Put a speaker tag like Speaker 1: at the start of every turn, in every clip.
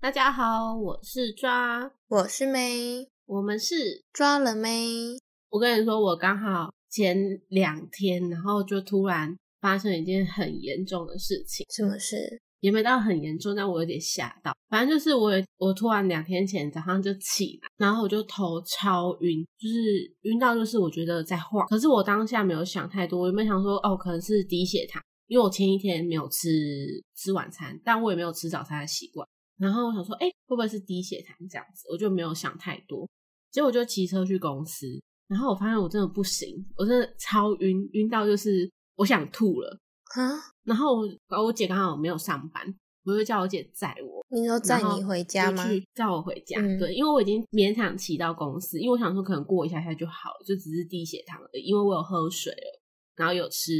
Speaker 1: 大家好，我是抓，
Speaker 2: 我是妹，
Speaker 1: 我们是。
Speaker 2: 抓了妹。
Speaker 1: 我跟你说，我刚好前两天，然后就突然发生一件很严重的事情，
Speaker 2: 什么事？
Speaker 1: 也没到很严重，但我有点吓到。反正就是我有，我突然两天前早上就起来，然后我就头超晕，就是晕到就是我觉得在晃。可是我当下没有想太多，我原本想说，哦，可能是低血糖，因为我前一天没有吃吃晚餐，但我也没有吃早餐的习惯。然后我想说，哎、会不会是低血糖这样子？我就没有想太多。结果我就骑车去公司，然后我发现我真的不行，我真的超晕，晕到就是我想吐了。
Speaker 2: 啊？
Speaker 1: 然后我我姐刚好没有上班，我就叫我姐载我，
Speaker 2: 你说载你回家吗
Speaker 1: 就？去载我回家。
Speaker 2: 嗯
Speaker 1: 对，因为我已经勉强骑到公司，因为我想说可能过一下下就好了，就只是低血糖而已。因为我有喝水了，然后有吃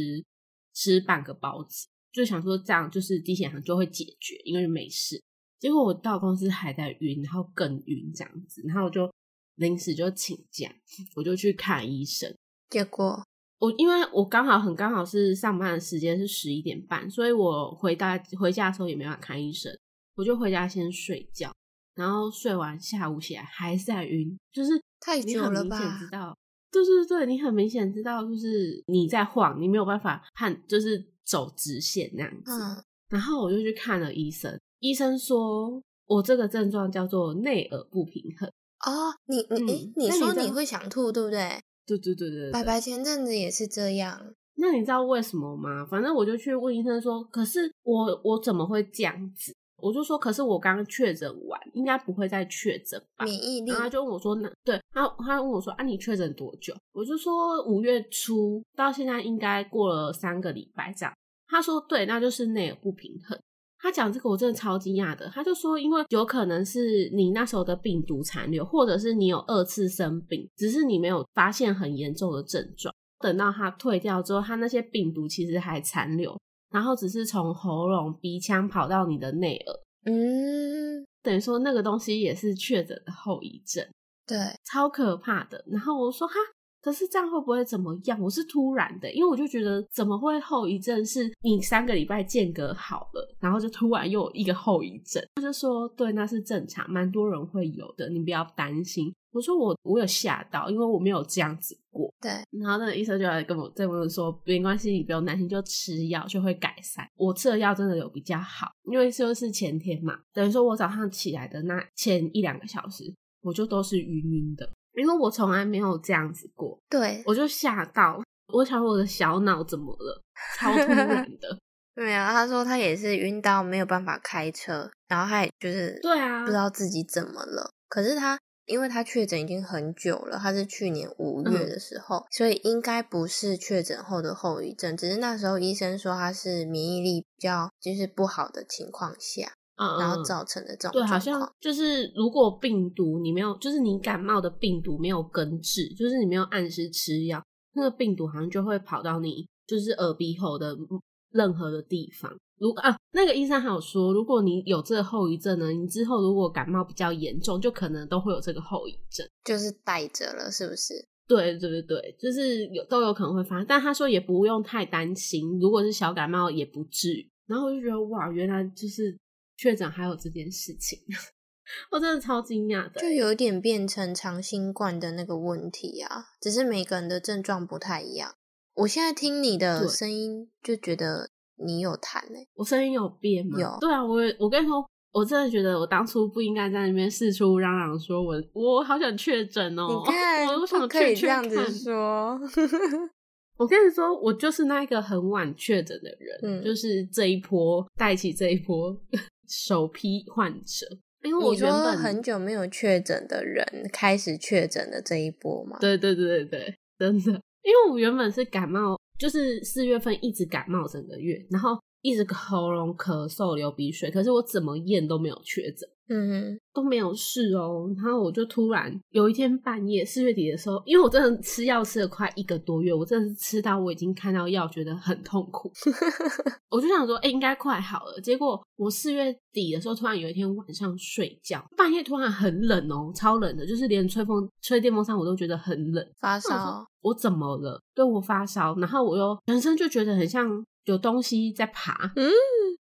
Speaker 1: 吃半个包子，就想说这样就是低血糖就会解决，因为没事。结果我到公司还在晕，然后更晕这样子，然后我就临时就请假，我就去看医生。
Speaker 2: 结果
Speaker 1: 我因为我刚好很刚好是上班的时间是十一点半，所以我回到回家的时候也没办法看医生，我就回家先睡觉，然后睡完下午起来还是在晕，就是
Speaker 2: 太
Speaker 1: 你
Speaker 2: 久
Speaker 1: 很
Speaker 2: 了
Speaker 1: 明显
Speaker 2: 吧
Speaker 1: 知道，对对对，你很明显知道就是你在晃，你没有办法判，就是走直线那样子。
Speaker 2: 嗯，
Speaker 1: 然后我就去看了医生，医生说我这个症状叫做内耳不平衡。
Speaker 2: 哦，你你诶、
Speaker 1: 嗯
Speaker 2: 你
Speaker 1: 那你
Speaker 2: 说
Speaker 1: 知
Speaker 2: 你
Speaker 1: 道
Speaker 2: 会想吐，对不对？
Speaker 1: 对对对对对，
Speaker 2: 白白前阵子也是这样，
Speaker 1: 那你知道为什么吗？反正我就去问医生说，可是我我怎么会这样子？我就说，可是我刚刚确诊完，应该不会再确诊吧？
Speaker 2: 免疫力
Speaker 1: 然后他就问我说，那对，他他问我说，啊，你确诊多久？我就说五月初到现在应该过了三个礼拜这样。他说对，那就是内耳不平衡。他讲这个我真的超惊讶的，他就说，因为有可能是你那时候的病毒残留，或者是你有二次生病，只是你没有发现很严重的症状。等到它退掉之后，它那些病毒其实还残留，然后只是从喉咙、鼻腔跑到你的内耳，
Speaker 2: 嗯，
Speaker 1: 等于说那个东西也是确诊的后遗症。
Speaker 2: 对，
Speaker 1: 超可怕的。然后我说哈，可是这样会不会怎么样？我是突然的，因为我就觉得怎么会后遗症是你三个礼拜间隔好了，然后就突然又有一个后遗症。他就说对，那是正常，蛮多人会有的，你不要担心。我说我我有吓到，因为我没有这样子过。
Speaker 2: 对，
Speaker 1: 然后那个医生就来跟我在问我说，没关系，你不用担心，就吃药就会改善。我吃的药真的有比较好，因为就是前天嘛，等于说我早上起来的那前一两个小时，我就都是晕晕的，因为我从来没有这样子过，
Speaker 2: 对，
Speaker 1: 我就吓到，我想我的小脑怎么了，超突然的，
Speaker 2: 没有。他说他也是晕到没有办法开车，然后他也就是
Speaker 1: 对 啊
Speaker 2: 不，知道自己怎么了。可是他因为他确诊已经很久了，他是去年五月
Speaker 1: 嗯
Speaker 2: 的时候，所以应该不是确诊后的后遗症，只是那时候医生说他是免疫力比较就是不好的情况下，
Speaker 1: 嗯
Speaker 2: 然后
Speaker 1: 嗯
Speaker 2: 造成的这种
Speaker 1: 对，好
Speaker 2: 状
Speaker 1: 像
Speaker 2: 况。
Speaker 1: 就是如果病毒你没有，就是你感冒的病毒没有根治，就是你没有按时吃药，那个病毒好像就会跑到你就是耳鼻喉的任何的地方。如啊，那个医生还有说，如果你有这个后遗症呢，你之后如果感冒比较严重，就可能都会有这个后遗症。
Speaker 2: 就是带着了，是不是？
Speaker 1: 对对对对，就是有都有可能会发生，但他说也不用太担心，如果是小感冒也不至于。然后我就觉得哇，原来就是确诊还有这件事情， 我真的超惊讶的
Speaker 2: 就。有一点变成长新冠的那个问题啊，只是每个人的症状不太一样。我现在听你的
Speaker 1: 对
Speaker 2: 声音就觉得你有痰欸嘞、
Speaker 1: 我声音有变吗？
Speaker 2: 有
Speaker 1: 对啊，我也我跟你说，我真的觉得我当初不应该在那边四处嚷嚷说我我好想确诊哦，
Speaker 2: 你 看，
Speaker 1: 我我
Speaker 2: 不
Speaker 1: 想
Speaker 2: 可以
Speaker 1: 确
Speaker 2: 这
Speaker 1: 确
Speaker 2: 样
Speaker 1: 看。
Speaker 2: 子说。
Speaker 1: 我跟你说，我就是那一个很晚确诊的人，
Speaker 2: 嗯
Speaker 1: 就是这一波带起这一波 首批患者，因为我
Speaker 2: 你
Speaker 1: 原
Speaker 2: 说
Speaker 1: 本
Speaker 2: 很久没有确诊的人开始确诊的这一波嘛？
Speaker 1: 对对对对对，真的，因为我原本是感冒，就是四月份一直感冒整个月，然后一直喉咙咳嗽、流鼻水，可是我怎么验都没有确诊，
Speaker 2: 嗯
Speaker 1: 都没有事哦。然后我就突然有一天半夜四月底的时候，因为我真的吃药吃了快一个多月，我真的是吃到我已经看到药觉得很痛苦，我就想说，哎、应该快好了。结果我四月底的时候，突然有一天晚上睡觉，半夜突然很冷哦，超冷的，就是连吹风吹电风扇我都觉得很冷。
Speaker 2: 发
Speaker 1: 那我说
Speaker 2: 烧，
Speaker 1: 我怎么了？对我发烧，然后我又全身就觉得很像，有东西在爬，
Speaker 2: 嗯，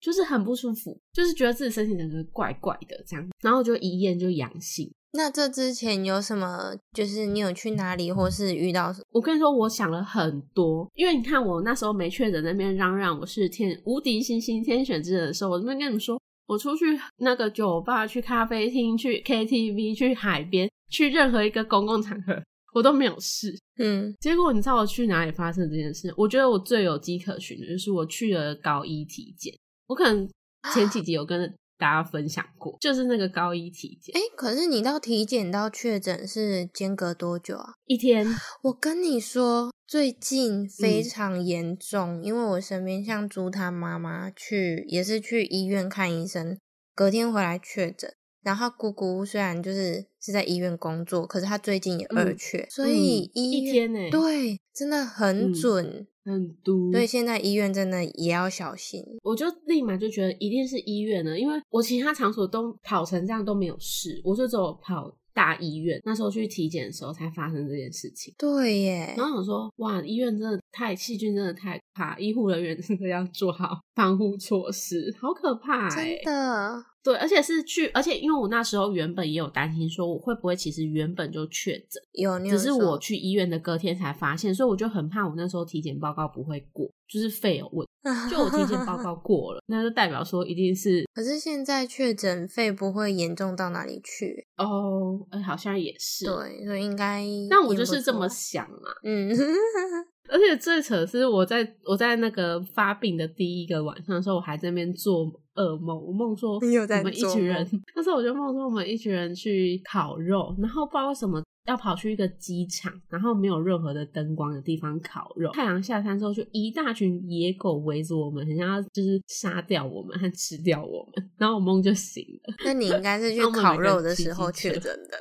Speaker 1: 就是很不舒服，就是觉得自己身体整个怪怪的这样，然后就一验就阳性。
Speaker 2: 那这之前有什么？就是你有去哪里，或是遇到什么？
Speaker 1: 我跟你说，我想了很多，因为你看我那时候没确诊，那边嚷嚷我是天无敌星星天选之人的时候，我那边跟你们说，我出去那个酒吧、去咖啡厅、去 KTV、去海边、去任何一个公共场合，我都没有事。
Speaker 2: 嗯
Speaker 1: 结果你知道我去哪里发生这件事？我觉得我最有迹可循的就是我去了高一体检。我可能前几集有跟大家分享过，就是那个高一体检
Speaker 2: 哎、可是你到体检到确诊是间隔多久啊？
Speaker 1: 一天，
Speaker 2: 我跟你说，最近
Speaker 1: 嗯
Speaker 2: 非常严重，因为我身边像猪他妈妈去也是去医院看医生，隔天回来确诊。然后姑姑虽然就是是在医院工作，可是她最近也二
Speaker 1: 嗯
Speaker 2: 确，所以
Speaker 1: 嗯
Speaker 2: 医
Speaker 1: 一
Speaker 2: 院、
Speaker 1: 天呢、欸，
Speaker 2: 对真的很
Speaker 1: 嗯
Speaker 2: 准，
Speaker 1: 很毒。
Speaker 2: 所以现在医院真的也要小心。
Speaker 1: 我就立马就觉得一定是医院了，因为我其他场所都跑成这样都没有事，我就只有跑大医院。那时候去体检的时候才发生这件事情。
Speaker 2: 对耶，
Speaker 1: 然后想说，哇，医院真的太细菌真的太可怕，医护人员真的要做好防护措施，好可怕、欸！
Speaker 2: 真的，
Speaker 1: 对，而且是去，而且因为我那时候原本也有担心，说我会不会其实原本就确诊，
Speaker 2: 有你有
Speaker 1: 只是
Speaker 2: 说
Speaker 1: 我去医院的隔天才发现，所以我就很怕我那时候体检报告不会过，就是肺有问题。就我体检报告过了，那就代表说一定是
Speaker 2: 可是现在确诊肺不会严重到哪里去，
Speaker 1: 哦，哎、好像也是。
Speaker 2: 对，所以应该。
Speaker 1: 但我就是这么，想啊，
Speaker 2: 嗯，
Speaker 1: 而且最扯的是我在我在那个发病的第一个晚上的时候，我还在那边做噩梦，我梦说
Speaker 2: 你有在
Speaker 1: 我们一
Speaker 2: 做
Speaker 1: 群
Speaker 2: 梦
Speaker 1: 人， 那时候我就梦说我们一群人去烤肉，然后不知道为什么要跑去一个机场，然后没有任何的灯光的地方烤肉。太阳下山之后，就一大群野狗围着我们，很像要就是杀掉我们和吃掉我们，然后我梦就醒了。
Speaker 2: 那你应该是去
Speaker 1: 那我们每
Speaker 2: 烤
Speaker 1: 个人
Speaker 2: 肉的
Speaker 1: 骑
Speaker 2: 时候
Speaker 1: 机
Speaker 2: 确
Speaker 1: 车
Speaker 2: 诊的。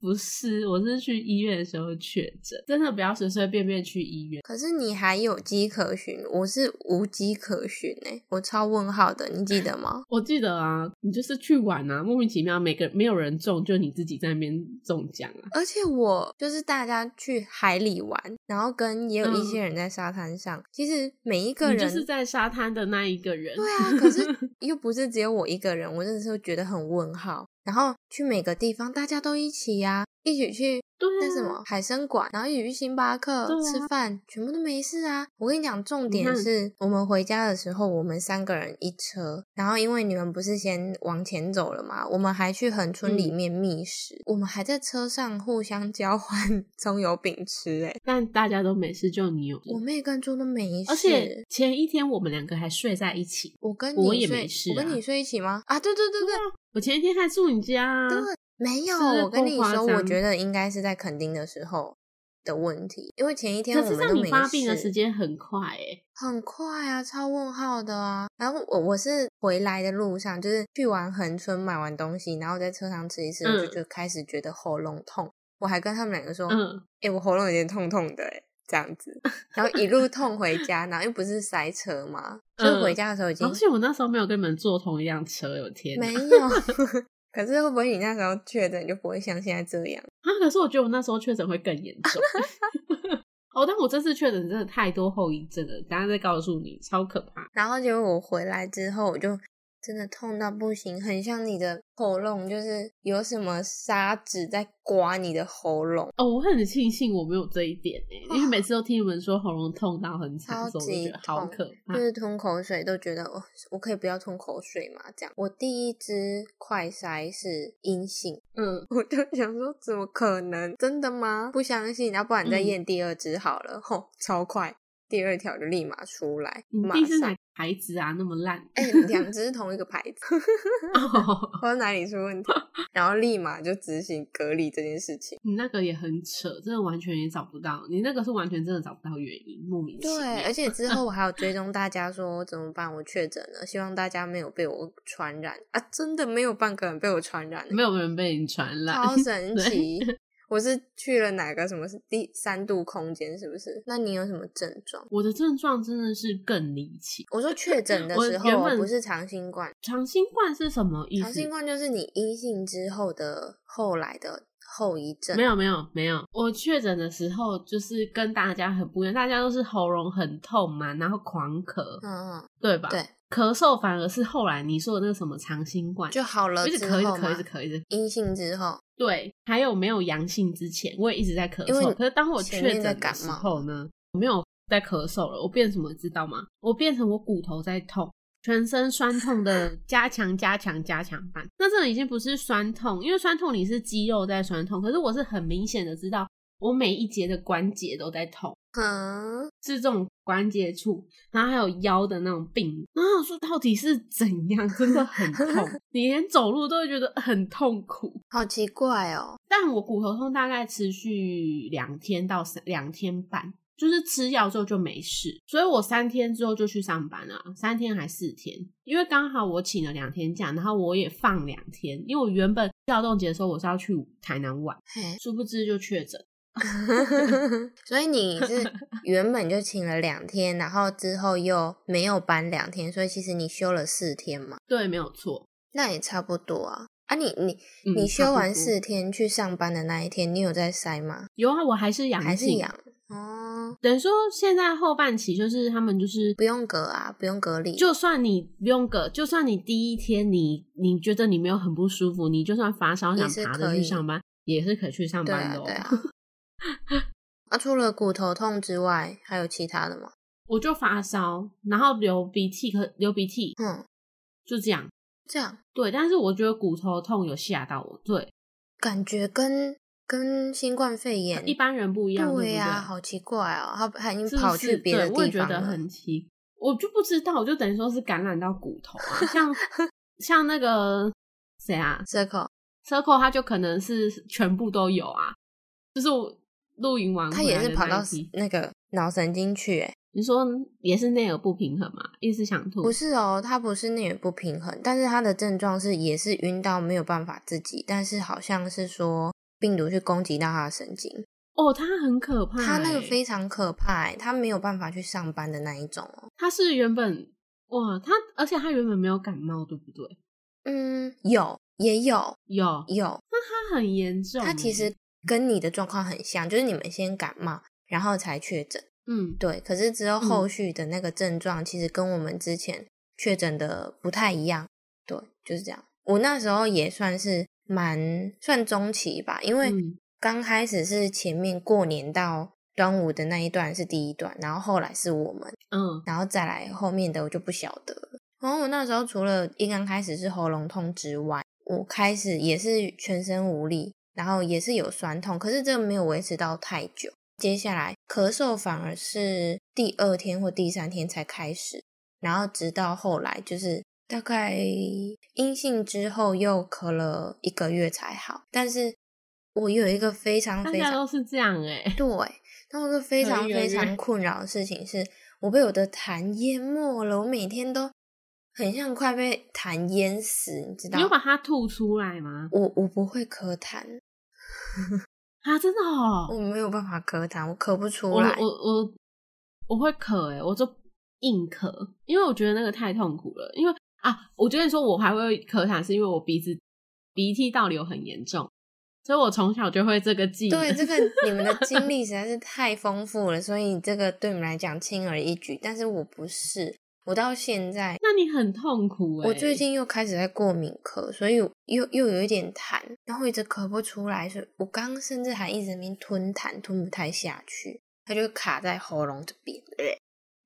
Speaker 1: 不是，我是去医院的时候确诊，真的不要随随便便去医院。
Speaker 2: 可是你还有迹可循，我是无迹可循哎、我超问号的，你记得吗？
Speaker 1: 我记得啊，你就是去玩啊，莫名其妙，每个没有人中，就你自己在那边中奖啊。
Speaker 2: 而且我就是大家去海里玩，然后跟也有一些
Speaker 1: 嗯
Speaker 2: 人在沙滩上，其实每一个
Speaker 1: 你就
Speaker 2: 人
Speaker 1: 是在沙滩的那一个人。
Speaker 2: 对啊，可是又不是只有我一个人，我真的是觉得很问号。然后去每个地方，大家都一起呀、一起去
Speaker 1: 对啊，
Speaker 2: 那什么海参馆，然后一起去星巴克、
Speaker 1: 对啊
Speaker 2: 吃饭，全部都没事啊。我跟你讲，重点
Speaker 1: 看
Speaker 2: 是我们回家的时候，我们三个人一车，然后因为你们不是先往前走了嘛，我们还去恒春里
Speaker 1: 嗯
Speaker 2: 面觅食，我们还在车上互相交换 葱油饼吃、欸，
Speaker 1: 但大家都没事，就你有。
Speaker 2: 我妹跟猪都没
Speaker 1: 嗯
Speaker 2: 事，
Speaker 1: 而且前一天我们两个还睡在一起，
Speaker 2: 我跟你
Speaker 1: 我也
Speaker 2: 睡
Speaker 1: 没事
Speaker 2: 我跟
Speaker 1: 啊
Speaker 2: 你睡一起吗？啊，对对对对，
Speaker 1: 我前一天还住你家、啊。
Speaker 2: 对，没有，
Speaker 1: 是不是
Speaker 2: 我跟
Speaker 1: 够
Speaker 2: 你
Speaker 1: 夸
Speaker 2: 说，我
Speaker 1: 张
Speaker 2: 觉得应该是在垦丁的时候的问题，因为前一天
Speaker 1: 可
Speaker 2: 我
Speaker 1: 是
Speaker 2: 们
Speaker 1: 让
Speaker 2: 都
Speaker 1: 你
Speaker 2: 没
Speaker 1: 发病的
Speaker 2: 事
Speaker 1: 时间很快欸诶、
Speaker 2: 很快啊，超问号的啊。然后我我是回来的路上，就是去完恒春买完东西，然后在车上吃一吃，我就
Speaker 1: 嗯
Speaker 2: 就开始觉得喉咙痛，我还跟他们两个说，哎、
Speaker 1: 嗯，
Speaker 2: 我喉咙有点痛痛的、欸，这样子，然后一路痛回家，然后又不是塞车嘛，所以回
Speaker 1: 嗯
Speaker 2: 家的时候已经
Speaker 1: 而且我那时候没有跟你们坐同一辆车，我天哪！
Speaker 2: 没有。 可是会不会你那时候确诊就不会像现在这样？
Speaker 1: 啊，可是我觉得我那时候确诊会更严 重。 哦，但我这次确诊真的太多后遗症了，等一下再告诉你，超可怕。
Speaker 2: 然后结果我回来之后，我就真的痛到不行，很像你的喉咙就是有什么砂纸在刮你的喉咙，
Speaker 1: 哦，我很庆幸我没有这一点诶、因为每次都听你们说喉咙痛到很惨
Speaker 2: 超，
Speaker 1: 所以我就
Speaker 2: 级
Speaker 1: 觉得好
Speaker 2: 痛
Speaker 1: 可怕
Speaker 2: 就。是吞口水都觉得哦，我可以不要吞口水嘛？这样，我第一支快筛是阴性，
Speaker 1: 嗯，
Speaker 2: 我就想说怎么可能？真的吗？不相信，啊要不然再
Speaker 1: 嗯
Speaker 2: 验第二支好了，吼、超快。第二条就立马出来，
Speaker 1: 你
Speaker 2: 马
Speaker 1: 弟是
Speaker 2: 上
Speaker 1: 哪牌子啊？那么烂
Speaker 2: 哎，两只同一个牌子，
Speaker 1: 哦，
Speaker 2: 不知道哪里出问 题，然后立马就执行隔离这件事情。
Speaker 1: 你那个也很扯，真的完全也找不到。你那个是完全真的找不到原因，莫名其
Speaker 2: 对，
Speaker 1: 妙。
Speaker 2: 而且之后我还有追踪大家说怎么办，我确诊了，希望大家没有被我传染啊！真的没有半个人被我传染欸，
Speaker 1: 没有人被你传染
Speaker 2: 超，神
Speaker 1: 对
Speaker 2: 奇。我是去了哪个什么是第三度空间，是不是？那你有什么症状？
Speaker 1: 我的症状真的是更离奇。
Speaker 2: 我说确诊的
Speaker 1: 我
Speaker 2: 时
Speaker 1: 原
Speaker 2: 候啊
Speaker 1: 本
Speaker 2: 不是长新冠，
Speaker 1: 长新冠是什么意
Speaker 2: 长新
Speaker 1: 思？
Speaker 2: 冠就是你阴性之后的后来的后遗症。
Speaker 1: 没有没有没有，我确诊的时候就是跟大家很不一样，大家都是喉咙很痛嘛，然后狂咳，
Speaker 2: 嗯，嗯，
Speaker 1: 对吧？
Speaker 2: 对，
Speaker 1: 咳嗽反而是后来你说的那个什么长新冠，
Speaker 2: 就好了
Speaker 1: 一直
Speaker 2: 之
Speaker 1: 咳一直
Speaker 2: 后
Speaker 1: 咳
Speaker 2: 嘛
Speaker 1: 一直，咳一直咳。
Speaker 2: 阴性之后，
Speaker 1: 对，还有没有阳性之前，我也一直在咳
Speaker 2: 因为
Speaker 1: 嗽。可是当我
Speaker 2: 前
Speaker 1: 确
Speaker 2: 面
Speaker 1: 诊
Speaker 2: 在
Speaker 1: 的
Speaker 2: 感
Speaker 1: 时
Speaker 2: 冒
Speaker 1: 候呢，我没有在咳嗽了，我变什么知道吗？我变成我骨头在痛，全身酸痛 的加强、加强、加强版。那这已经不是酸痛，因为酸痛你是肌肉在酸痛，可是我是很明显的知道我每一节的关节都在痛。
Speaker 2: 嗯，
Speaker 1: 是这种关节处，然后还有腰的那种病，然后我说到底是怎样，真的很 痛，你连走路都会觉得很痛苦。
Speaker 2: 好奇怪哦。
Speaker 1: 但我骨头痛大概持续两天到三两天半，就是吃药之后就没事，所以我三天之后就去上班了，三天还四天，因为刚好我请了两天假，然后我也放两天，因为我原本劳动节的时候我是要去台南玩，
Speaker 2: 嘿
Speaker 1: 殊不知就确诊。
Speaker 2: 所以你 是原本就请了两天，然后之后又没有搬两天，所以其实你休了四天嘛，
Speaker 1: 对，没有错。
Speaker 2: 那也差不多啊。啊你，你
Speaker 1: 嗯差
Speaker 2: 你休
Speaker 1: 不
Speaker 2: 完
Speaker 1: 多
Speaker 2: 四天去上班的那一天，你有在塞吗？
Speaker 1: 有啊，我还是阳性，
Speaker 2: 还是阳？哦，
Speaker 1: 等于说现在后半期就是他们就是
Speaker 2: 不，用隔啊，不用隔离。
Speaker 1: 就算你不用隔，就算你第一天你你觉得你没有很不舒服，你就算发烧
Speaker 2: 也
Speaker 1: 想
Speaker 2: 是
Speaker 1: 爬着
Speaker 2: 可以
Speaker 1: 去上班，也是可以去上
Speaker 2: 对
Speaker 1: 班
Speaker 2: 啊
Speaker 1: 的、，哦。
Speaker 2: 对啊。啊，除了骨头痛之外，还有其他的吗？
Speaker 1: 我就发烧，然后流鼻涕，可流鼻涕
Speaker 2: 嗯，
Speaker 1: 就这样。
Speaker 2: 这样
Speaker 1: 对，但是我觉得骨头痛有吓到我，对，
Speaker 2: 感觉跟跟新冠肺炎
Speaker 1: 一般人不一样，对不
Speaker 2: 对
Speaker 1: 对
Speaker 2: 呀、好奇怪哦，他他已经
Speaker 1: 是不
Speaker 2: 跑
Speaker 1: 是
Speaker 2: 去别的
Speaker 1: 对我也
Speaker 2: 地
Speaker 1: 觉
Speaker 2: 方
Speaker 1: 得
Speaker 2: 了。
Speaker 1: 很奇，我就不知道，我就等于说是感染到骨头啊，像 像那个谁啊，
Speaker 2: Circle，
Speaker 1: Circle 它就可能是全部都有啊，就是我露营完
Speaker 2: 他
Speaker 1: 回
Speaker 2: 也
Speaker 1: 来
Speaker 2: 是
Speaker 1: 的
Speaker 2: 跑
Speaker 1: 那一
Speaker 2: 到
Speaker 1: 批
Speaker 2: 那个脑神经去，哎，
Speaker 1: 你说也是内耳不平衡嘛，一直想吐
Speaker 2: 不，是哦，他不是内耳不平衡，但是他的症状是也是晕到没有办法自己，但是好像是说病毒去攻击到他的神经，
Speaker 1: 哦，它很可怕欸、
Speaker 2: 他那个非常可怕欸，他没有办法去上班的那一种哦。
Speaker 1: 它是原本哇，它而且它原本没有感冒，对不对？
Speaker 2: 嗯，有也有
Speaker 1: 有，
Speaker 2: 有，
Speaker 1: 它很严重欸、
Speaker 2: 他其实跟你的状况很像，就是你们先感冒，然后才确诊。
Speaker 1: 嗯，
Speaker 2: 对，可是只有后
Speaker 1: 嗯
Speaker 2: 续的那个症状，其实跟我们之前确诊的不太一样。对，就是这样。我那时候也算是蛮算中期吧，因为
Speaker 1: 嗯
Speaker 2: 刚开始是前面过年到端午的那一段是第一段，然后后来是我们，
Speaker 1: 嗯
Speaker 2: 然后再来后面的我就不晓得了。然后我那时候除了一刚开始是喉咙痛之外，我开始也是全身无力，然后也是有酸痛，可是这没有维持到太久。接下来咳嗽反而是第二天或第三天才开始，然后直到后来就是大概阴性之后又咳了一个月才好。但是我有一个非常
Speaker 1: 大
Speaker 2: 非
Speaker 1: 家
Speaker 2: 常
Speaker 1: 都是这样哎、
Speaker 2: 对，那我有个非
Speaker 1: 可
Speaker 2: 常
Speaker 1: 以有
Speaker 2: 非
Speaker 1: 约
Speaker 2: 常困扰的事情是，我被我的痰淹没了，我每天都很像快被痰淹死，你知道
Speaker 1: 你？有把它吐出来吗？
Speaker 2: 我我不会咳痰，
Speaker 1: 啊，真的
Speaker 2: 我
Speaker 1: 哦，
Speaker 2: 没有办法咳痰，我咳不
Speaker 1: 我
Speaker 2: 出来。
Speaker 1: 我我我会咳哎、我就硬咳，因为我觉得那个太痛苦了。因为啊，我觉得说我还会咳痰，是因为我鼻子鼻涕倒流很严重，所以我从小就会这个技能。
Speaker 2: 对，这个你们的经历实在是太丰富了，所以这个对你们来讲轻而易举。但是我不是，我到现在，
Speaker 1: 那你很痛苦哎、
Speaker 2: 我最近又开始在过敏咳，所以又又有一点痰，然后一直咳不出来，所以我刚甚至还一直在那边吞痰，吞不太下去，它就卡在喉咙这边。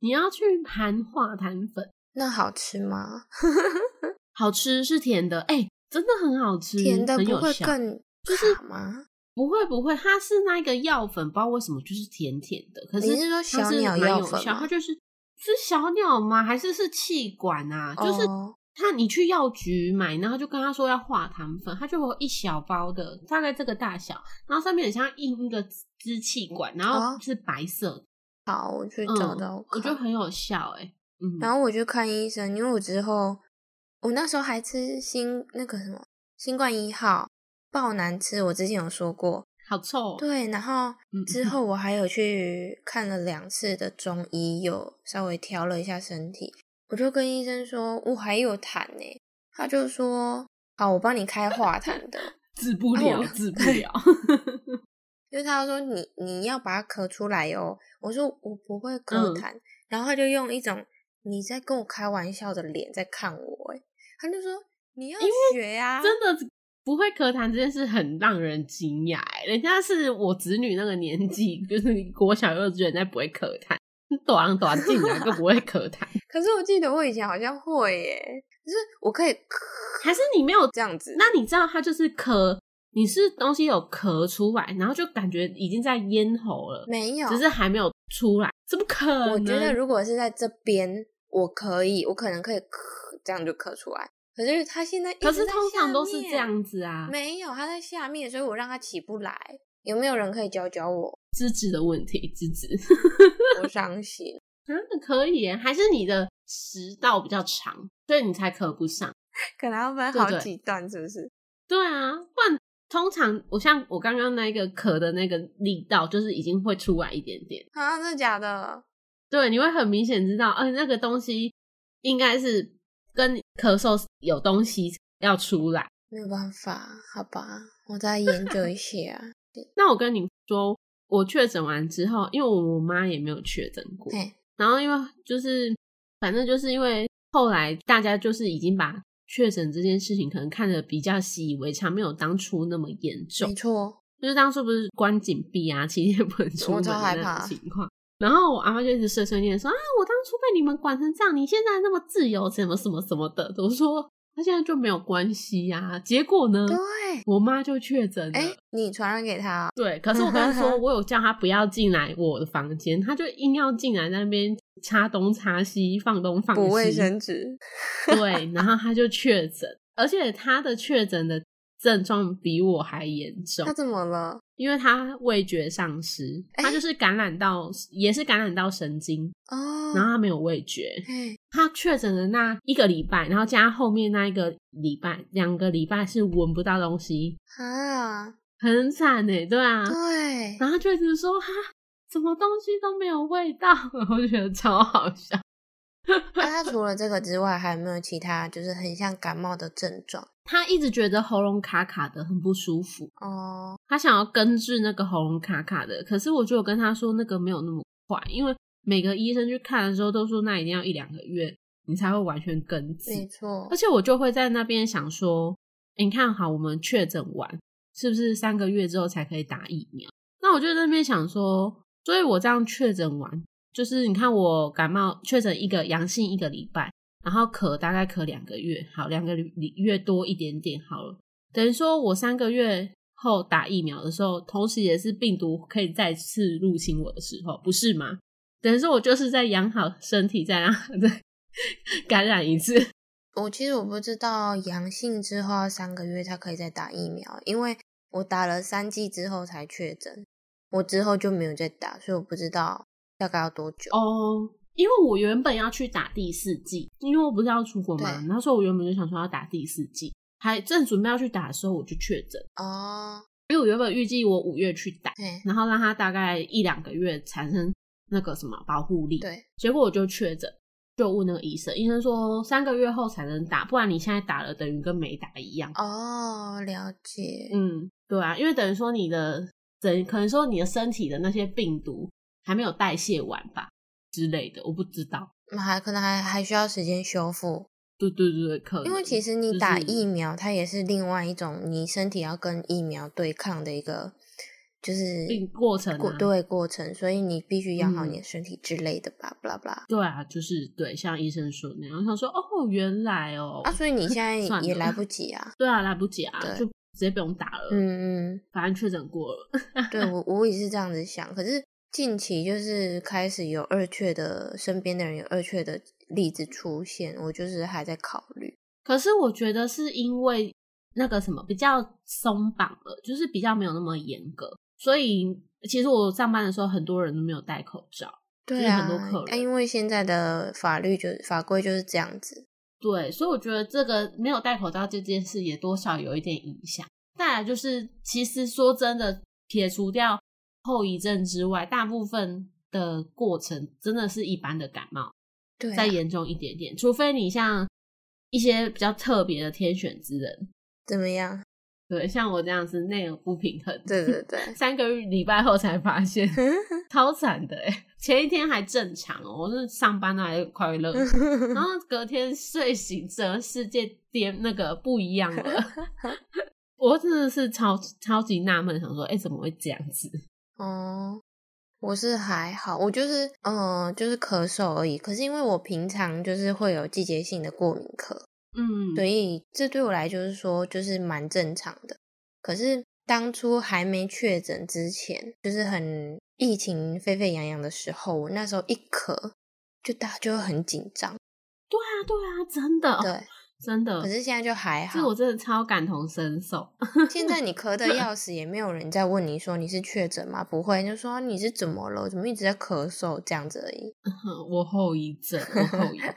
Speaker 1: 你要去含化痰粉，
Speaker 2: 那好吃吗？
Speaker 1: 嗯好吃是甜的，哎、真的很好吃，
Speaker 2: 甜的
Speaker 1: 很
Speaker 2: 不
Speaker 1: 有
Speaker 2: 会
Speaker 1: 效
Speaker 2: 更
Speaker 1: 就是
Speaker 2: 卡吗？
Speaker 1: 不会不会，它是那个药粉，不知道为什么就是甜甜的。可是
Speaker 2: 你是说小
Speaker 1: 它是
Speaker 2: 鸟
Speaker 1: 蛮
Speaker 2: 药
Speaker 1: 有
Speaker 2: 粉
Speaker 1: 效
Speaker 2: 吗
Speaker 1: 它就是是小鸟吗？还是是气管啊？就是
Speaker 2: 哦
Speaker 1: 它你去药局买，然后就跟他说要化痰粉，它就有一小包的，大概这个大小，然后上面很像印一个支气管，然
Speaker 2: 哦
Speaker 1: 后是白色的，
Speaker 2: 好，我去
Speaker 1: 嗯
Speaker 2: 找到
Speaker 1: 我
Speaker 2: 看。
Speaker 1: 觉得很有效哎、嗯，
Speaker 2: 然后我去看医生，因为我之后我那时候还吃新那个什么新冠一号，爆难吃。我之前有说过，
Speaker 1: 好臭、哦。
Speaker 2: 对，然后
Speaker 1: 嗯
Speaker 2: 之后我还有去看了两次的中医，有稍微调了一下身体。我就跟医生说，我还有痰呢、他就说，好，我帮你开化痰 的，
Speaker 1: 治不
Speaker 2: 啊
Speaker 1: 了
Speaker 2: 我，
Speaker 1: 治不 了。
Speaker 2: 因为他说你你要把它咳出来哦。我说我不会咳
Speaker 1: 嗯
Speaker 2: 痰，然后他就用一种你在跟我开玩笑的脸在看我、欸，他就说你要学啊呀、
Speaker 1: 真的不会咳痰这件事很让人惊讶、欸。人家是我子女那个年纪，就是国小幼稚园在不会咳痰， 短短啊进来都不会咳痰，
Speaker 2: 可是我记得我以前好像会耶、就是我可以咳
Speaker 1: 还是你没有？
Speaker 2: 这样子。
Speaker 1: 那你知道他就是咳，你是东西有咳出来，然后就感觉已经在咽喉了，
Speaker 2: 没有，
Speaker 1: 只是还没有出来，怎么可能？
Speaker 2: 我觉得如果是在这边，我可以，我可能可以咳，这样就咳出来。可是他现在一
Speaker 1: 可
Speaker 2: 直
Speaker 1: 是
Speaker 2: 在
Speaker 1: 通
Speaker 2: 下
Speaker 1: 常都是
Speaker 2: 面
Speaker 1: 这，样子啊，
Speaker 2: 没有他在下面，所以我让他起不来。有没有人可以教 教我？
Speaker 1: 资质的问题，资质。
Speaker 2: 我伤心，
Speaker 1: 啊，可以耶，还是你的食道比较长，所以你才咳不上。
Speaker 2: 可能要分
Speaker 1: 对
Speaker 2: 好
Speaker 1: 对
Speaker 2: 几段，是不是？
Speaker 1: 对啊，不然通常我像我刚刚那个咳的那个力道，就是已经会出来一点点。
Speaker 2: 啊，真的假的？
Speaker 1: 对，你会很明显知道，哎、那个东西应该是跟咳嗽有东西要出来。
Speaker 2: 没有办法，好吧，我再研究 一下。
Speaker 1: 那我跟你说，我确诊完之后，因为我妈也没有确诊过，
Speaker 2: 嘿，
Speaker 1: 然后因为就是反正就是因为后来大家就是已经把确诊这件事情可能看得比较习以为常，没有当初那么严重
Speaker 2: 没。错，
Speaker 1: 就是当初不是关紧闭啊，七天不能出门
Speaker 2: 我超害
Speaker 1: 的那
Speaker 2: 怕
Speaker 1: 种情况。然后我阿妈就一直碎碎念说啊，我当初被你们管成这样，你现在那么自由，什么什么什么的。我说他现在就没有关系呀、结果呢，
Speaker 2: 对。啊
Speaker 1: 我妈就确诊了。
Speaker 2: 哎、你传染给他哦、
Speaker 1: 对，可是我跟他 说，我有叫他不要进来我的房间，他就硬要进来那边插东插西，放东放西，
Speaker 2: 补卫生纸，
Speaker 1: 对，然后他就确诊，而且他的确诊的症状比我还严重
Speaker 2: 他，怎么了？
Speaker 1: 因为他味觉丧失，
Speaker 2: 哎
Speaker 1: 他就是感染到，也是感染到神经，
Speaker 2: 哦，
Speaker 1: 然后他没有味觉。
Speaker 2: 嘿，
Speaker 1: 他确诊的那一个礼拜，然后加后面那一个礼拜，两个礼拜是闻不到东西，
Speaker 2: 啊，
Speaker 1: 很惨呢、对啊，
Speaker 2: 对，
Speaker 1: 然后他就一直说哈，什么东西都没有味道， 我就觉得超好笑。
Speaker 2: 那他除了这个之外，还有没有其他就是很像感冒的症状？
Speaker 1: 他一直觉得喉咙卡卡的，很不舒服。
Speaker 2: 哦，
Speaker 1: 他想要根治那个喉咙卡卡的，可是我就有跟他说那个没有那么快，因为每个医生去看的时候都说那一定要一两个月你才会完全根治。
Speaker 2: 没错
Speaker 1: 而，且我就会在那边想说，诶你看好我们确诊完是不是三个月之后才可以打疫苗？那我就在那边想说，所以我这样确诊完，就是你看我感冒确诊一个阳性一个礼拜，然后咳大概咳两个月，好两个礼月多一点点好了，等于说我三个月。后打疫苗的时候，同时也是病毒可以再次入侵我的时候，不是吗？等于说我就是在养好身体，再让它 再感染一次。
Speaker 2: 我其实我不知道阳性之后要三个月才可以再打疫苗，因为我打了三剂之后才确诊，我之后就没有再打，所以我不知道大概要多久。
Speaker 1: 哦，因为我原本要去打第四剂，因为我不是要出国嘛，
Speaker 2: 对
Speaker 1: 那时候我原本就想说要打第四剂，还正准备要去打的时候我就确诊，
Speaker 2: 哦，
Speaker 1: 因为我原本预计我五月去打，
Speaker 2: 嘿，
Speaker 1: 然后让它大概一两个月产生那个什么保护力，
Speaker 2: 对，
Speaker 1: 结果我就确诊。就问那个医生，医生说三个月后才能打，不然你现在打了等于跟没打一样。
Speaker 2: 哦，了解，
Speaker 1: 嗯，对啊，因为等于说你的整可能说你的身体的那些病毒还没有代谢完吧之类的，我不知道。
Speaker 2: 嗯还可能还还需要时间修复，
Speaker 1: 对对对，对可能
Speaker 2: 因为其实
Speaker 1: 嗯就
Speaker 2: 你
Speaker 1: 是
Speaker 2: 打疫苗，它也是另外一种你身体要跟疫苗对抗的一个，就是
Speaker 1: 病过程
Speaker 2: 过
Speaker 1: 啊，
Speaker 2: 对过程，所以你必须养好
Speaker 1: 嗯
Speaker 2: 你的身体之类的吧，不啦不啦。
Speaker 1: 对啊，就是对，像医生说的那样，我想说哦，原来哦，
Speaker 2: 啊，所以你现在
Speaker 1: 算
Speaker 2: 也
Speaker 1: 了
Speaker 2: 来不及啊。
Speaker 1: 对啊，来不及啊，
Speaker 2: 对
Speaker 1: 就直接不用打了，
Speaker 2: 嗯
Speaker 1: 反正确诊过了，
Speaker 2: 嗯，对我我也是这样子想，可是近期就是开始有二确的，身边的人有二确的例子出现，我就是还在考虑。
Speaker 1: 可是我觉得是因为那个什么比较松绑了，就是比较没有那么严格，所以其实我上班的时候很多人都没有戴口罩，
Speaker 2: 对
Speaker 1: 是很多
Speaker 2: 啊
Speaker 1: 客，
Speaker 2: 啊
Speaker 1: 人
Speaker 2: 因为现在的法律就法规就是这样子，
Speaker 1: 对，所以我觉得这个没有戴口罩这件事也多少有一点影响。再来就是，其实说真的，撇除掉后遗症之外，大部分的过程真的是一般的感冒，
Speaker 2: 对啊、
Speaker 1: 再严重一点点，除非你像一些比较特别的天选之人，
Speaker 2: 怎么样？
Speaker 1: 对，像我这样子内耳不平衡，，
Speaker 2: 对对对
Speaker 1: 三个礼拜后才发 现，超惨的哎、前一天还正常哦、我是上班还快乐， 然后隔天睡醒，整个世界颠那个不一 样了。我真的是超超级纳闷，想说，哎、怎么会这样子？
Speaker 2: 哦，我是还好，我就是嗯、呃就是咳嗽而已。可是因为我平常就是会有季节性的过敏咳，
Speaker 1: 嗯，
Speaker 2: 所，以这对我来就是说就是蛮正常的。可是当初还没确诊之前，就是很疫情沸沸扬扬的时候，我那时候一咳就大家就会很紧张，
Speaker 1: 对啊，对啊，真的，
Speaker 2: 对。
Speaker 1: 真的
Speaker 2: 可。是现在就还
Speaker 1: 这
Speaker 2: 好
Speaker 1: 我，真的超感同身受。
Speaker 2: 现在你咳的要死，也没有人在问你说你是确诊吗？不会，就说你是怎么了？怎么一直在咳嗽这样子而已。
Speaker 1: 哼我后遗症，我后 遗症，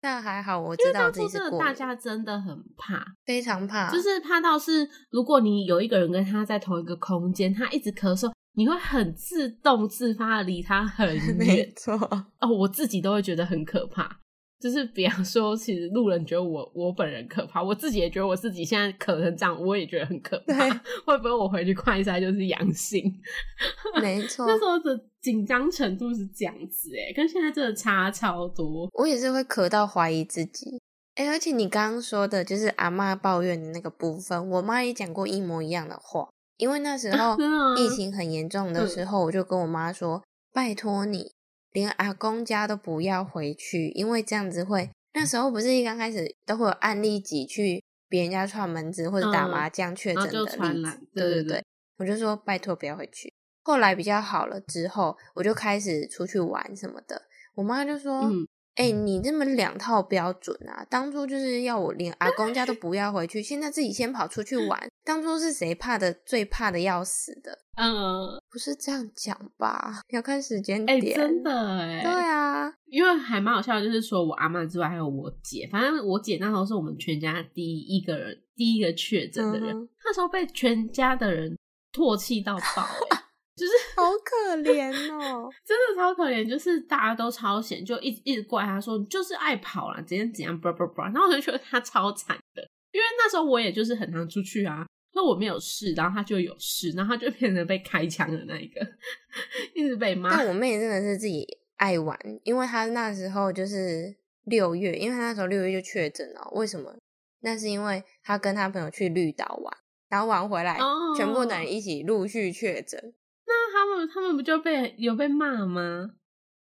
Speaker 2: 但还好，我
Speaker 1: 因
Speaker 2: 知
Speaker 1: 为当
Speaker 2: 道 我自己
Speaker 1: 初
Speaker 2: 是
Speaker 1: 真的
Speaker 2: 过
Speaker 1: 大
Speaker 2: 敏，
Speaker 1: 家真的很怕，
Speaker 2: 非常怕，
Speaker 1: 就是怕到是，如果你有一个人跟他在同一个空间，他一直咳嗽，你会很自动自发的离他很
Speaker 2: 没
Speaker 1: 远。
Speaker 2: 错，
Speaker 1: 哦，我自己都会觉得很可怕。就是比方说，其实路人觉得我我本人可怕，我自己也觉得我自己现在咳成这样，我也觉得很可怕
Speaker 2: 对。
Speaker 1: 会不会我回去看一下就是阳性？
Speaker 2: 没错
Speaker 1: 那。时候的紧张程度是这样子、欸，跟现在真的差超多。
Speaker 2: 我也是会咳到怀疑自己。哎、而且你刚刚说的就是阿嬷抱怨的那个部分，我妈也讲过一模一样的话。因为那时 候
Speaker 1: 真的啊吗
Speaker 2: 疫情很严重的
Speaker 1: 嗯
Speaker 2: 时候，我就跟我妈说：“拜托你，连阿公家都不要回去，因为这样子会……那时候不是一刚开始都会有案例挤去别人家串门子或者打
Speaker 1: 嗯
Speaker 2: 麻将确诊
Speaker 1: 然后
Speaker 2: 的
Speaker 1: 就
Speaker 2: 例子，
Speaker 1: 传染对
Speaker 2: 对
Speaker 1: 对对
Speaker 2: 对，我就说拜托不要回去。后来比较好了之后，我就开始出去玩什么的。我妈就说：“
Speaker 1: 嗯，
Speaker 2: 哎、你这么两套标准啊！当初就是要我连阿公家都不要回去，现在自己先跑出去玩。当初是谁怕的最怕的要死的？
Speaker 1: 嗯，
Speaker 2: 不是这样讲吧？要看时间
Speaker 1: 哎、
Speaker 2: 点。
Speaker 1: 真的哎、
Speaker 2: 对啊，
Speaker 1: 因为还蛮好笑的，就是除了我阿妈之外，还有我姐。反正我姐那时候是我们全家第一个人，第一个确诊的人。
Speaker 2: 嗯哼
Speaker 1: 那时候被全家的人唾弃到爆、欸， 就是
Speaker 2: 好可怜 哦。
Speaker 1: 真的超可怜，就是大家都超闲，就一直一直怪他说你就是爱跑啦，怎样怎样，叭叭叭。然后我就觉得他超惨的，因为那时候我也就是很常出去啊，那我没有事，然后他就有事，然后他就变成被开枪的那一个， 一直被骂。
Speaker 2: 但我妹真的是自己爱玩，因为她那时候就是六月，因为她那时候六月就确诊了。为什么？那是因为她跟她朋友去绿岛玩，然后玩回来，
Speaker 1: 哦
Speaker 2: 全部的人一起陆续确诊。
Speaker 1: 那他们他们不就被有被骂吗？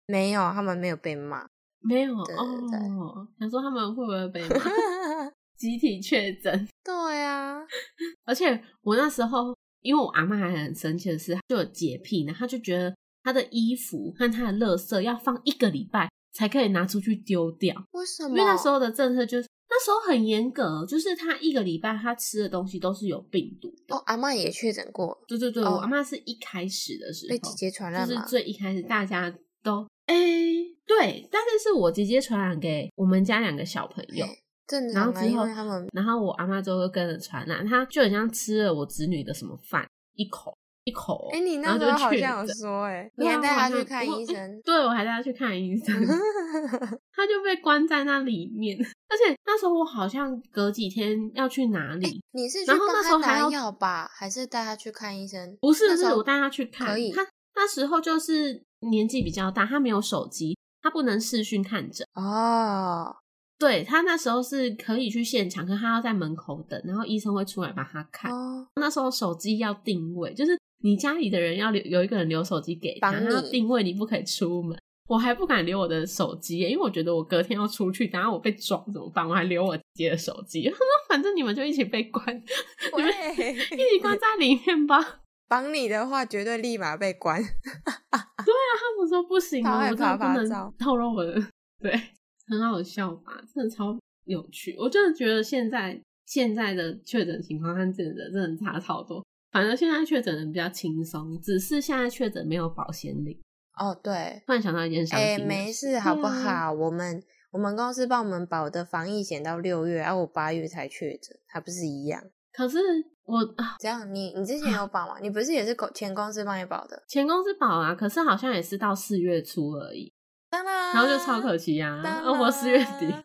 Speaker 2: 没有，他们没有 被骂。
Speaker 1: 没有
Speaker 2: 对对对
Speaker 1: 哦，想说他们会不会被骂 集体确诊？
Speaker 2: 对啊，
Speaker 1: 而且我那时候，因为我阿妈还很生气的是，她就有洁癖，然后她就觉得她的衣服和她的垃圾要放一个礼拜才可以拿出去丢掉，
Speaker 2: 为什
Speaker 1: 因
Speaker 2: 么？
Speaker 1: 为那时候的政策就是那时候很严格，哦就是她一个礼拜她吃的东西都是有病毒的。
Speaker 2: 哦，阿嬷也确诊过，
Speaker 1: 对对对，
Speaker 2: 哦
Speaker 1: 我阿妈是一开始的时
Speaker 2: 被
Speaker 1: 候
Speaker 2: 姐，姐传
Speaker 1: 就
Speaker 2: 染
Speaker 1: 是
Speaker 2: 嘛。
Speaker 1: 最一开始
Speaker 2: 嗯
Speaker 1: 大家都哎、对，但是是我直接传染给我们家两个小朋友。
Speaker 2: 嘿正
Speaker 1: 然后
Speaker 2: 常啊，
Speaker 1: 之
Speaker 2: 因
Speaker 1: 后
Speaker 2: 为他们
Speaker 1: 然后我阿妈就会跟着传染，她就很像吃了我侄女的什么饭，一口一口哦，
Speaker 2: 哎、你
Speaker 1: 然
Speaker 2: 那
Speaker 1: 后
Speaker 2: 时
Speaker 1: 就
Speaker 2: 候好
Speaker 1: 确
Speaker 2: 像有
Speaker 1: 诊
Speaker 2: 说哎、
Speaker 1: 对
Speaker 2: 你
Speaker 1: 啊
Speaker 2: 还
Speaker 1: 我
Speaker 2: 带她
Speaker 1: 好
Speaker 2: 去
Speaker 1: 像
Speaker 2: 看
Speaker 1: 我，
Speaker 2: 医生
Speaker 1: 对我还带她去看医生，
Speaker 2: 嗯
Speaker 1: 她就被关在那里面。而且那时候我好像隔几天要去哪里，
Speaker 2: 你是去
Speaker 1: 然后
Speaker 2: 帮
Speaker 1: 那时
Speaker 2: 她
Speaker 1: 候还
Speaker 2: 打
Speaker 1: 要
Speaker 2: 药吧，还是带她去看医生？
Speaker 1: 不是
Speaker 2: 那
Speaker 1: 不
Speaker 2: 时
Speaker 1: 是
Speaker 2: 候
Speaker 1: 我带她去看
Speaker 2: 可以，
Speaker 1: 她那时候就是年纪比较大，她没有手机，她不能视讯看诊。
Speaker 2: 哦，
Speaker 1: 对她那时候是可以去现场，可她要在门口等，然后医生会出来帮她看。
Speaker 2: 哦，
Speaker 1: 那时候手机要定位，就是你家里的人要留有一个人留手机给他，
Speaker 2: 帮你
Speaker 1: 然后定位你不可以出门。我还不敢留我的手机耶，因为我觉得我隔天要出去，等下我被撞怎么办？我还留我姐的手机。 他说：“反正你们就一起被关， 你们
Speaker 2: 喂，
Speaker 1: 一起关在里面吧。”
Speaker 2: 帮你的话绝对立马被关。
Speaker 1: 他们说不行
Speaker 2: 超
Speaker 1: 哦，
Speaker 2: 害
Speaker 1: 我真
Speaker 2: 怕
Speaker 1: 的
Speaker 2: 吧
Speaker 1: 不能
Speaker 2: 照
Speaker 1: 透露我的，对，很好笑吧？真的超有趣，我真的觉得现在现在的确诊情况和之前的真的差超多。反正现在确诊人比较轻松，只是现在确诊没有保险领。
Speaker 2: 哦，对，
Speaker 1: 突然想到一件伤
Speaker 2: 哎、
Speaker 1: 心的
Speaker 2: 没事，好不
Speaker 1: 对啊
Speaker 2: 好？我们我们公司帮我们保的防疫险到六月，啊，我八月才确诊，还不是一样？
Speaker 1: 可是我啊
Speaker 2: 这样，你你之前 有保吗？你不是也是公前公司帮你保的？
Speaker 1: 前公司保啊，可是好像也是到四月初而已，
Speaker 2: 当
Speaker 1: 然
Speaker 2: 然，
Speaker 1: 后就超可惜呀、啊，
Speaker 2: 当
Speaker 1: 啊我四月底，
Speaker 2: 然。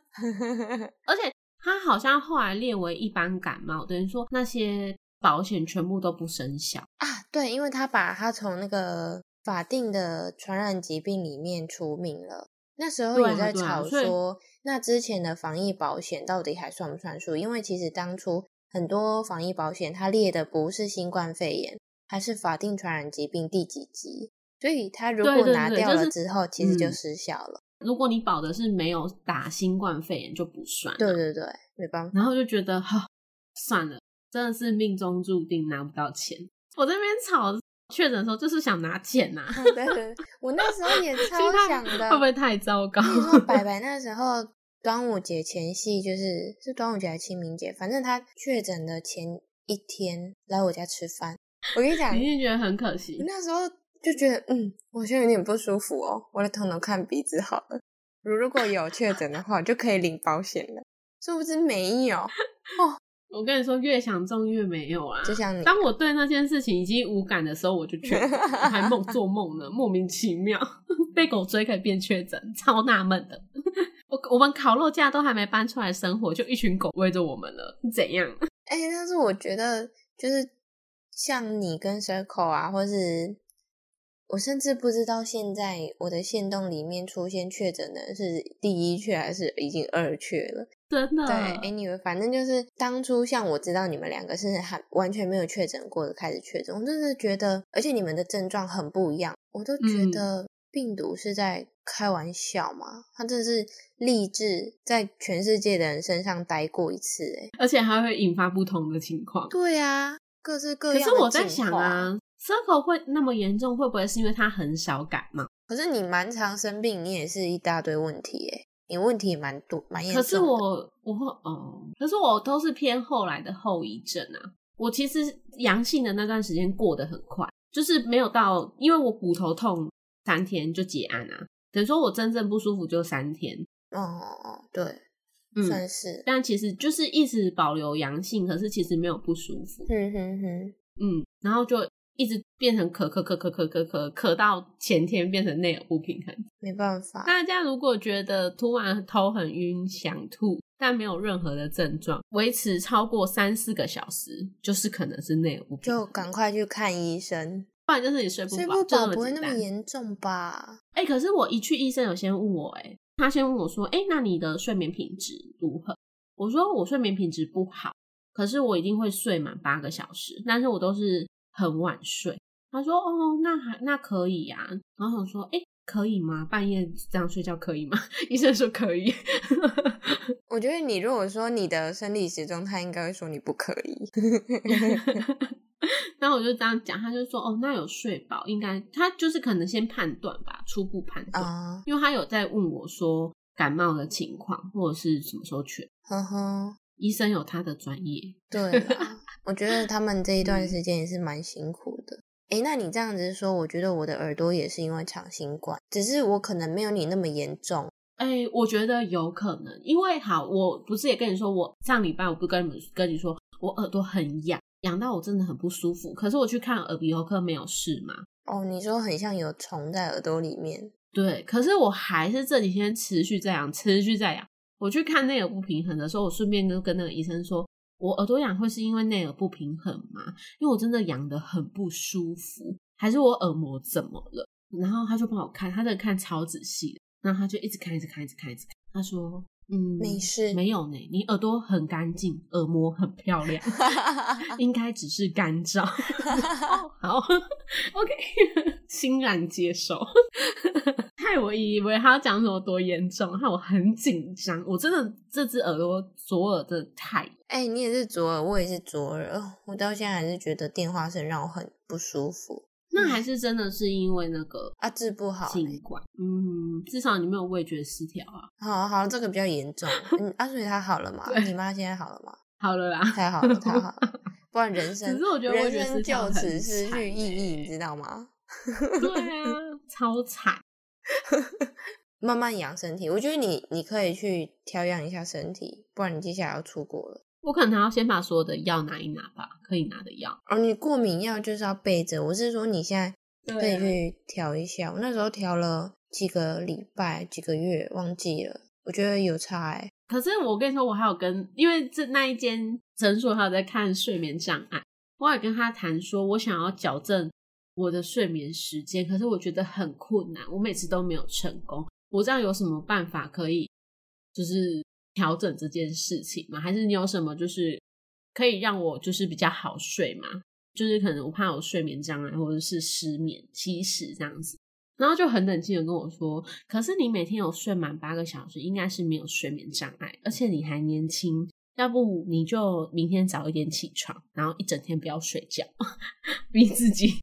Speaker 1: 而且他好像后来列为一般感冒，等于说那些保险全部都不生效。
Speaker 2: 啊，对，因为他把他从那个法定的传染疾病里面除名了。那时候
Speaker 1: 对
Speaker 2: 也
Speaker 1: 啊
Speaker 2: 在
Speaker 1: 对啊
Speaker 2: 吵
Speaker 1: 所以
Speaker 2: 说，那之前的防疫保险到底还算不算数？因为其实当初很多防疫保险它列的不是新冠肺炎，还是法定传染疾病第几级，所以它如
Speaker 1: 对
Speaker 2: 果
Speaker 1: 对
Speaker 2: 拿
Speaker 1: 对
Speaker 2: 掉
Speaker 1: 就
Speaker 2: 了
Speaker 1: 是
Speaker 2: 之后，其实就
Speaker 1: 嗯
Speaker 2: 失效了。
Speaker 1: 如果你保的是没有打新冠肺炎就不算、
Speaker 2: 对，对对，没 办法。
Speaker 1: 然后就觉得哈、算了，真的是命中注定拿不到钱。我这边吵确诊的时候就是想拿钱呐、
Speaker 2: 对对对，我那时候也超
Speaker 1: 心态
Speaker 2: 想的，
Speaker 1: 会不会太糟糕？
Speaker 2: 跟你说， 白白那时候端午节前夕，就是是端午节还是清明节，反正他确诊的前一天来我家吃饭。我跟你讲，
Speaker 1: 你
Speaker 2: 我
Speaker 1: 是觉得很可惜？
Speaker 2: 那时候就觉得，嗯，我现在有点不舒服哦，我来捅捅看鼻子好了。如如果有确诊的话，我就可以领保险了。殊不知没有，
Speaker 1: 我跟你说，越想中越没有啊！
Speaker 2: 就像你，
Speaker 1: 当我对那件事情已经无感的时候，我 就确诊，我还梦做梦呢，莫名其妙 被狗追可以变确诊，超纳闷的。 我我们烤肉架都还没搬出来生活，就一群狗围着我们了，怎样？
Speaker 2: 哎、但是我觉得就是像你跟 Circle 啊，或是我甚至不知道现在我的线洞里面出现确诊的是第一确还是已经二确了。
Speaker 1: 真的，
Speaker 2: 对，anyway，反正就是当初像我知道你们两个是还完全没有确诊过的开始确诊，我真的觉得，而且你们的症状很不一样，我都觉
Speaker 1: 嗯
Speaker 2: 得病毒是在开玩笑嘛，它真的是立志在全世界的人身上待过一次、欸，
Speaker 1: 而且还会引发不同的情况。
Speaker 2: 对啊，各式各
Speaker 1: 可
Speaker 2: 样的
Speaker 1: 是我在
Speaker 2: 进
Speaker 1: 想
Speaker 2: 化，
Speaker 1: 啊，Circle 会那么严重，会不会是因为他很少感冒？
Speaker 2: 可是你蛮常生病，你也是一大堆问题耶，你问题也蛮多，蛮严
Speaker 1: 可
Speaker 2: 重的。
Speaker 1: 是我我会哦，可是我都是偏后来的后遗症啊。我其实阳性的那段时间过得很快，就是没有到，因为我骨头痛三天就结案啊，等于说我真正不舒服就三天。
Speaker 2: 哦哦哦，对，
Speaker 1: 嗯，
Speaker 2: 算是，
Speaker 1: 但其实就是一直保留阳性，可是其实没有不舒服。
Speaker 2: 哼哼哼，
Speaker 1: 嗯，然后就一直变成咳咳咳咳咳咳咳咳到前天变成内耳不平衡。
Speaker 2: 没办法。
Speaker 1: 大家如果觉得突然头很晕、想吐，但没有任何的症状，维持超过三四个小时，就是可能是内耳不平
Speaker 2: 就
Speaker 1: 衡，
Speaker 2: 赶快去看医生，
Speaker 1: 不然就是你睡不
Speaker 2: 睡
Speaker 1: 饱，
Speaker 2: 不
Speaker 1: 就
Speaker 2: 饱
Speaker 1: 么
Speaker 2: 不会那
Speaker 1: 简
Speaker 2: 么
Speaker 1: 单。
Speaker 2: 严重吧？
Speaker 1: 哎、可是我一去医生，有先问我、哎，他先问我说，哎、那你的睡眠品质如何？我说我睡眠品质不好，可是我一定会睡满八个小时，但是我都是很晚睡。他说，哦，那还那可以呀、然后我说，哎、可以吗？半夜这样睡觉可以吗？ 医生说可以。
Speaker 2: 我觉得你如果说你的生理时钟，他应该会说你不可以。
Speaker 1: 然后我就这样讲，他就说：“哦，那有睡饱，应该他就是可能先判断吧，初步判断，
Speaker 2: 啊，
Speaker 1: 因为他有在问我说感冒的情况或者是什么时候去，
Speaker 2: 呵呵，
Speaker 1: 医生有他的专业。
Speaker 2: 对啦，我觉得他们这一段
Speaker 1: 嗯
Speaker 2: 时间也是蛮辛苦的。诶，那你这样子说，我觉得我的耳朵也是因为长新冠，只是我可能没有你那么严重。
Speaker 1: 哎、我觉得有可能，因为好，我不是也跟你说，我上礼拜我不跟你们跟你说，我耳朵很痒，痒到我真的很不舒服。可是我去看耳鼻喉科没有事嘛，
Speaker 2: 哦，你说很像有虫在耳朵里面，
Speaker 1: 对，可是我还是这几天持续在养，持续在养。我去看内耳不平衡的时候，我顺便就跟那个医生说，我耳朵痒会是因为内耳不平衡吗？因为我真的痒得很不舒服，还是我耳膜怎么了？然后他就帮我看，他真的看超仔细的，然后他就一直看，一直看，一直看，一直看。他说，嗯，
Speaker 2: 没事
Speaker 1: 没有呢，你耳朵很干净，耳膜很漂亮，应该只是干燥。哦，好，OK，欣 然接受。害我以为他要讲什么多严重，害我很紧张。我真的这只耳朵左耳真的太……
Speaker 2: 哎、你也是左耳，我也是左耳，哦我到现在还是觉得电话声让我很不舒服
Speaker 1: 那还是真的是因为那个
Speaker 2: 啊，治不好、
Speaker 1: 新
Speaker 2: 欸。
Speaker 1: 冠，嗯，至少你没有味觉失调啊。
Speaker 2: 好好，这个比较严 重。嗯，啊，所以他好了吗？
Speaker 1: 对
Speaker 2: 你妈现在好了吗？
Speaker 1: 好了 啦，
Speaker 2: 太好了，太好了， 不然人生，
Speaker 1: 只是我觉得我
Speaker 2: 人
Speaker 1: 觉得
Speaker 2: 生
Speaker 1: 是这样
Speaker 2: 就此
Speaker 1: 很
Speaker 2: 失
Speaker 1: 惨
Speaker 2: 去意义，
Speaker 1: 欸
Speaker 2: 你知道吗？
Speaker 1: 对啊，超惨。
Speaker 2: 慢慢养身体，我觉得你你可以去调养一下身体，不然你接下来要出国了。
Speaker 1: 我可能要先把所有的药拿一拿吧，可以拿的药。
Speaker 2: 哦，你过敏药就是要备着。我是说你现在可
Speaker 1: 啊
Speaker 2: 以去调一下。我那时候调了几个礼拜、几个月，忘记了。我觉得有差、欸，
Speaker 1: 可是我跟你说，我还有跟，因为这那一间诊所还有在看睡眠障碍，我也跟他谈说，我想要矫正我的睡眠时间，可是我觉得很困难，我每次都没有成功。我这样有什么办法可以就是调整这件事情吗？还是你有什么就是可以让我就是比较好睡吗？就是可能我怕有睡眠障碍或者是失眠、吸食这样子。然后就很冷静的跟我说：“可是你每天有睡满八个小时，应该是没有睡眠障碍，而且你还年轻，要不你就明天早一点起床，然后一整天不要睡觉， 逼自己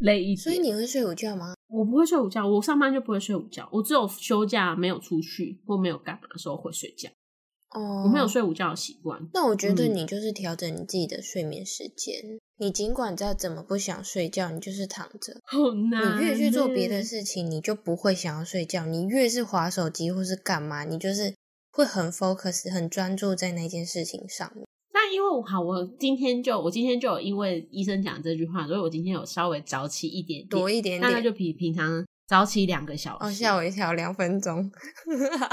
Speaker 1: 累一点。”
Speaker 2: 所以你会睡午觉吗？
Speaker 1: 我不会睡午觉，我上班就不会睡午觉，我只有休假没有出去或没有干嘛的时候会睡觉，
Speaker 2: 哦，
Speaker 1: 我没有。睡午觉的习惯。
Speaker 2: 那我觉得
Speaker 1: 嗯
Speaker 2: 你就是调整你自己的睡眠时间。你尽管再怎么不想睡觉，你就是躺着。
Speaker 1: 好难，欸
Speaker 2: 你越去做别的，事情，你就不会想要睡觉。你越是划手机或是干嘛，你就是会很 focus、很专注在那件事情上面。
Speaker 1: 但因为我好，我今天就我今天就有因为医生讲这句话，所以我今天有稍微早起一点点，
Speaker 2: 多一点
Speaker 1: 大概
Speaker 2: 点，
Speaker 1: 就比平常早起两个小时。
Speaker 2: 哦，吓我一跳，两分 钟。，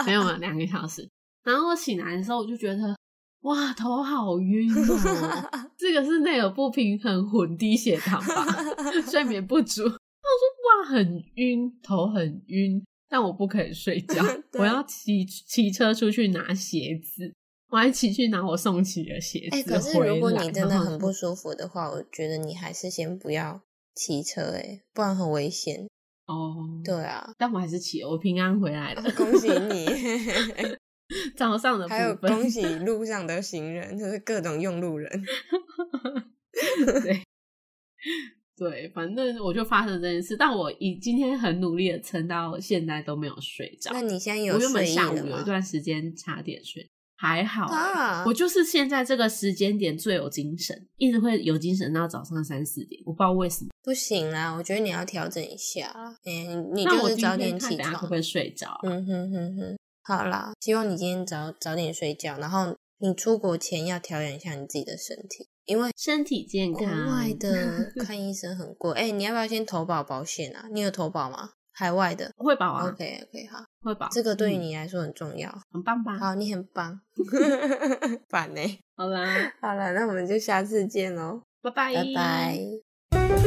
Speaker 1: 没有嘛，两个小时。然后我醒来的时候，我就觉得哇，头好晕哦，这个是内耳不平衡混低血糖吧， 睡眠不足。那我说哇，很晕，头很晕，但我不可以睡觉
Speaker 2: 对
Speaker 1: 我要骑骑车出去拿鞋子，我还骑去拿我送起的鞋子
Speaker 2: 哎、
Speaker 1: 回来。
Speaker 2: 可是如果你真的
Speaker 1: 然后
Speaker 2: 很不舒服的话，我觉得你还是先不要骑车、哎，不然很危险。
Speaker 1: 哦，
Speaker 2: 对啊，
Speaker 1: 但我还是骑了，我平安回来了。
Speaker 2: 恭喜你，
Speaker 1: 早上的部
Speaker 2: 哦还有
Speaker 1: 分
Speaker 2: 恭喜路上的行人，就是各种用路人。
Speaker 1: 对，反正我就发生这件事，但我已今天很努力的撑到现在都没有睡着。
Speaker 2: 那你现在有
Speaker 1: 我原本
Speaker 2: 睡意
Speaker 1: 下午
Speaker 2: 了
Speaker 1: 有一
Speaker 2: 吗？
Speaker 1: 段时间差点睡，还好、
Speaker 2: 啊
Speaker 1: 我就是现在这个时间点最有精神，一直会有精神到早上三四点，我不知道为什么。
Speaker 2: 不行啦，我觉得你要调整一下啦。嗯，你
Speaker 1: 那
Speaker 2: 就
Speaker 1: 我
Speaker 2: 是
Speaker 1: 今
Speaker 2: 早
Speaker 1: 天
Speaker 2: 点
Speaker 1: 看
Speaker 2: 起
Speaker 1: 等下
Speaker 2: 床
Speaker 1: 会不。会睡着啊、
Speaker 2: 嗯哼哼哼，好啦，希望你今天早早点睡觉，然后你出国前要调养一下你自己的身体，因为
Speaker 1: 身体健
Speaker 2: 国
Speaker 1: 康。
Speaker 2: 外 的看医生很贵。哎、你要不要先投保保险啊？你有投保吗？海外的
Speaker 1: 会饱啊，
Speaker 2: ？OK OK，好，
Speaker 1: 会饱，
Speaker 2: 哦这个对于
Speaker 1: 嗯
Speaker 2: 你来说很重要。
Speaker 1: 很棒吧？
Speaker 2: 好，你很 棒， 烦呢、欸
Speaker 1: 好啦，
Speaker 2: 好了，那我们就下次见喽，
Speaker 1: 拜拜，
Speaker 2: 拜拜。